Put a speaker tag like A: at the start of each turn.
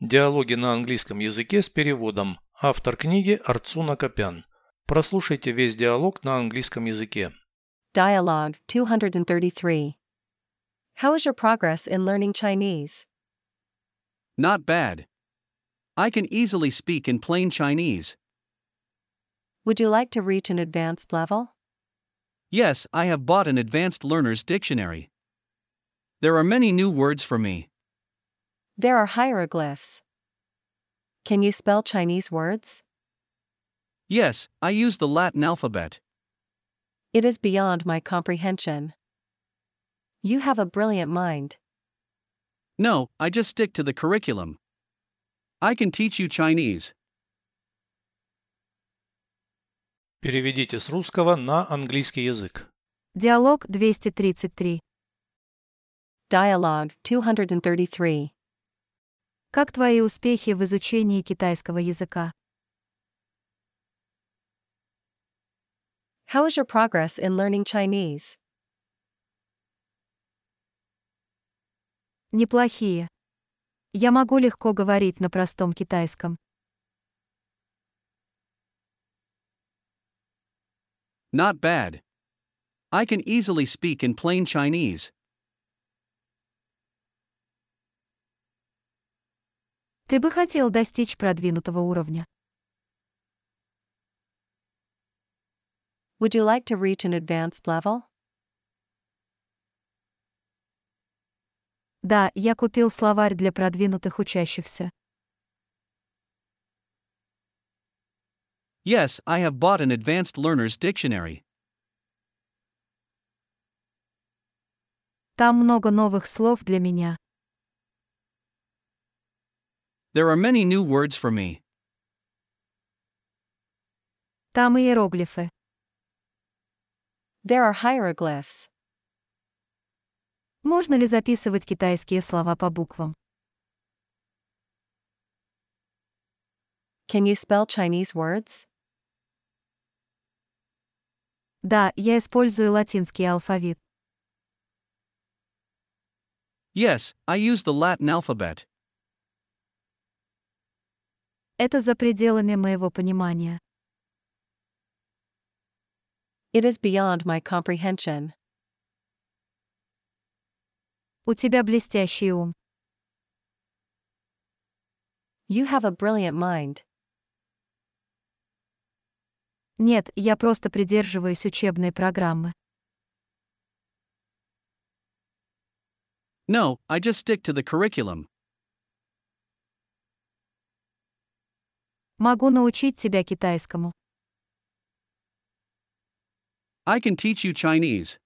A: Диалоги на английском языке с переводом. Автор книги Арцуна Копян. Прослушайте весь диалог на английском языке.
B: Dialogue 233. How is your progress in learning Chinese?
C: Not bad. I can easily speak in plain Chinese.
B: Would you like to reach an advanced level?
C: Yes, I have bought an advanced learner's dictionary. There are many new words for me.
B: There are hieroglyphs. Can you spell Chinese words?
C: Yes, I use the Latin alphabet.
B: It is beyond my comprehension. You have a brilliant mind.
C: No, I just stick to the curriculum. I can teach you Chinese.
A: Переведите с русского на английский язык.
D: Диалог 233.
B: Dialogue 233.
D: Как твои успехи в изучении китайского языка?
B: How is your progress in learning Chinese?
D: Неплохие. Я могу легко говорить на простом китайском.
C: Not bad. I can easily speak in plain Chinese.
D: Ты бы хотел достичь продвинутого уровня.
B: Would you like to reach an advanced level?
D: Да, я купил словарь для продвинутых учащихся.
C: Yes, I have bought an advanced learner's dictionary.
D: Там много новых слов для меня.
C: There are many new words for me.
D: Там иероглифы.
B: There are hieroglyphs.
D: Можно ли записывать китайские слова по буквам?
B: Can you spell Chinese words?
D: Да, я использую латинский алфавит.
C: Yes, I use the Latin alphabet.
D: Это за пределами моего понимания.
B: It is beyond my comprehension.
D: У тебя блестящий ум.
B: You have a brilliant mind.
D: Нет, я просто придерживаюсь учебной программы.
C: No, I just stick to the curriculum.
D: Могу научить тебя китайскому.
C: I can teach you Chinese.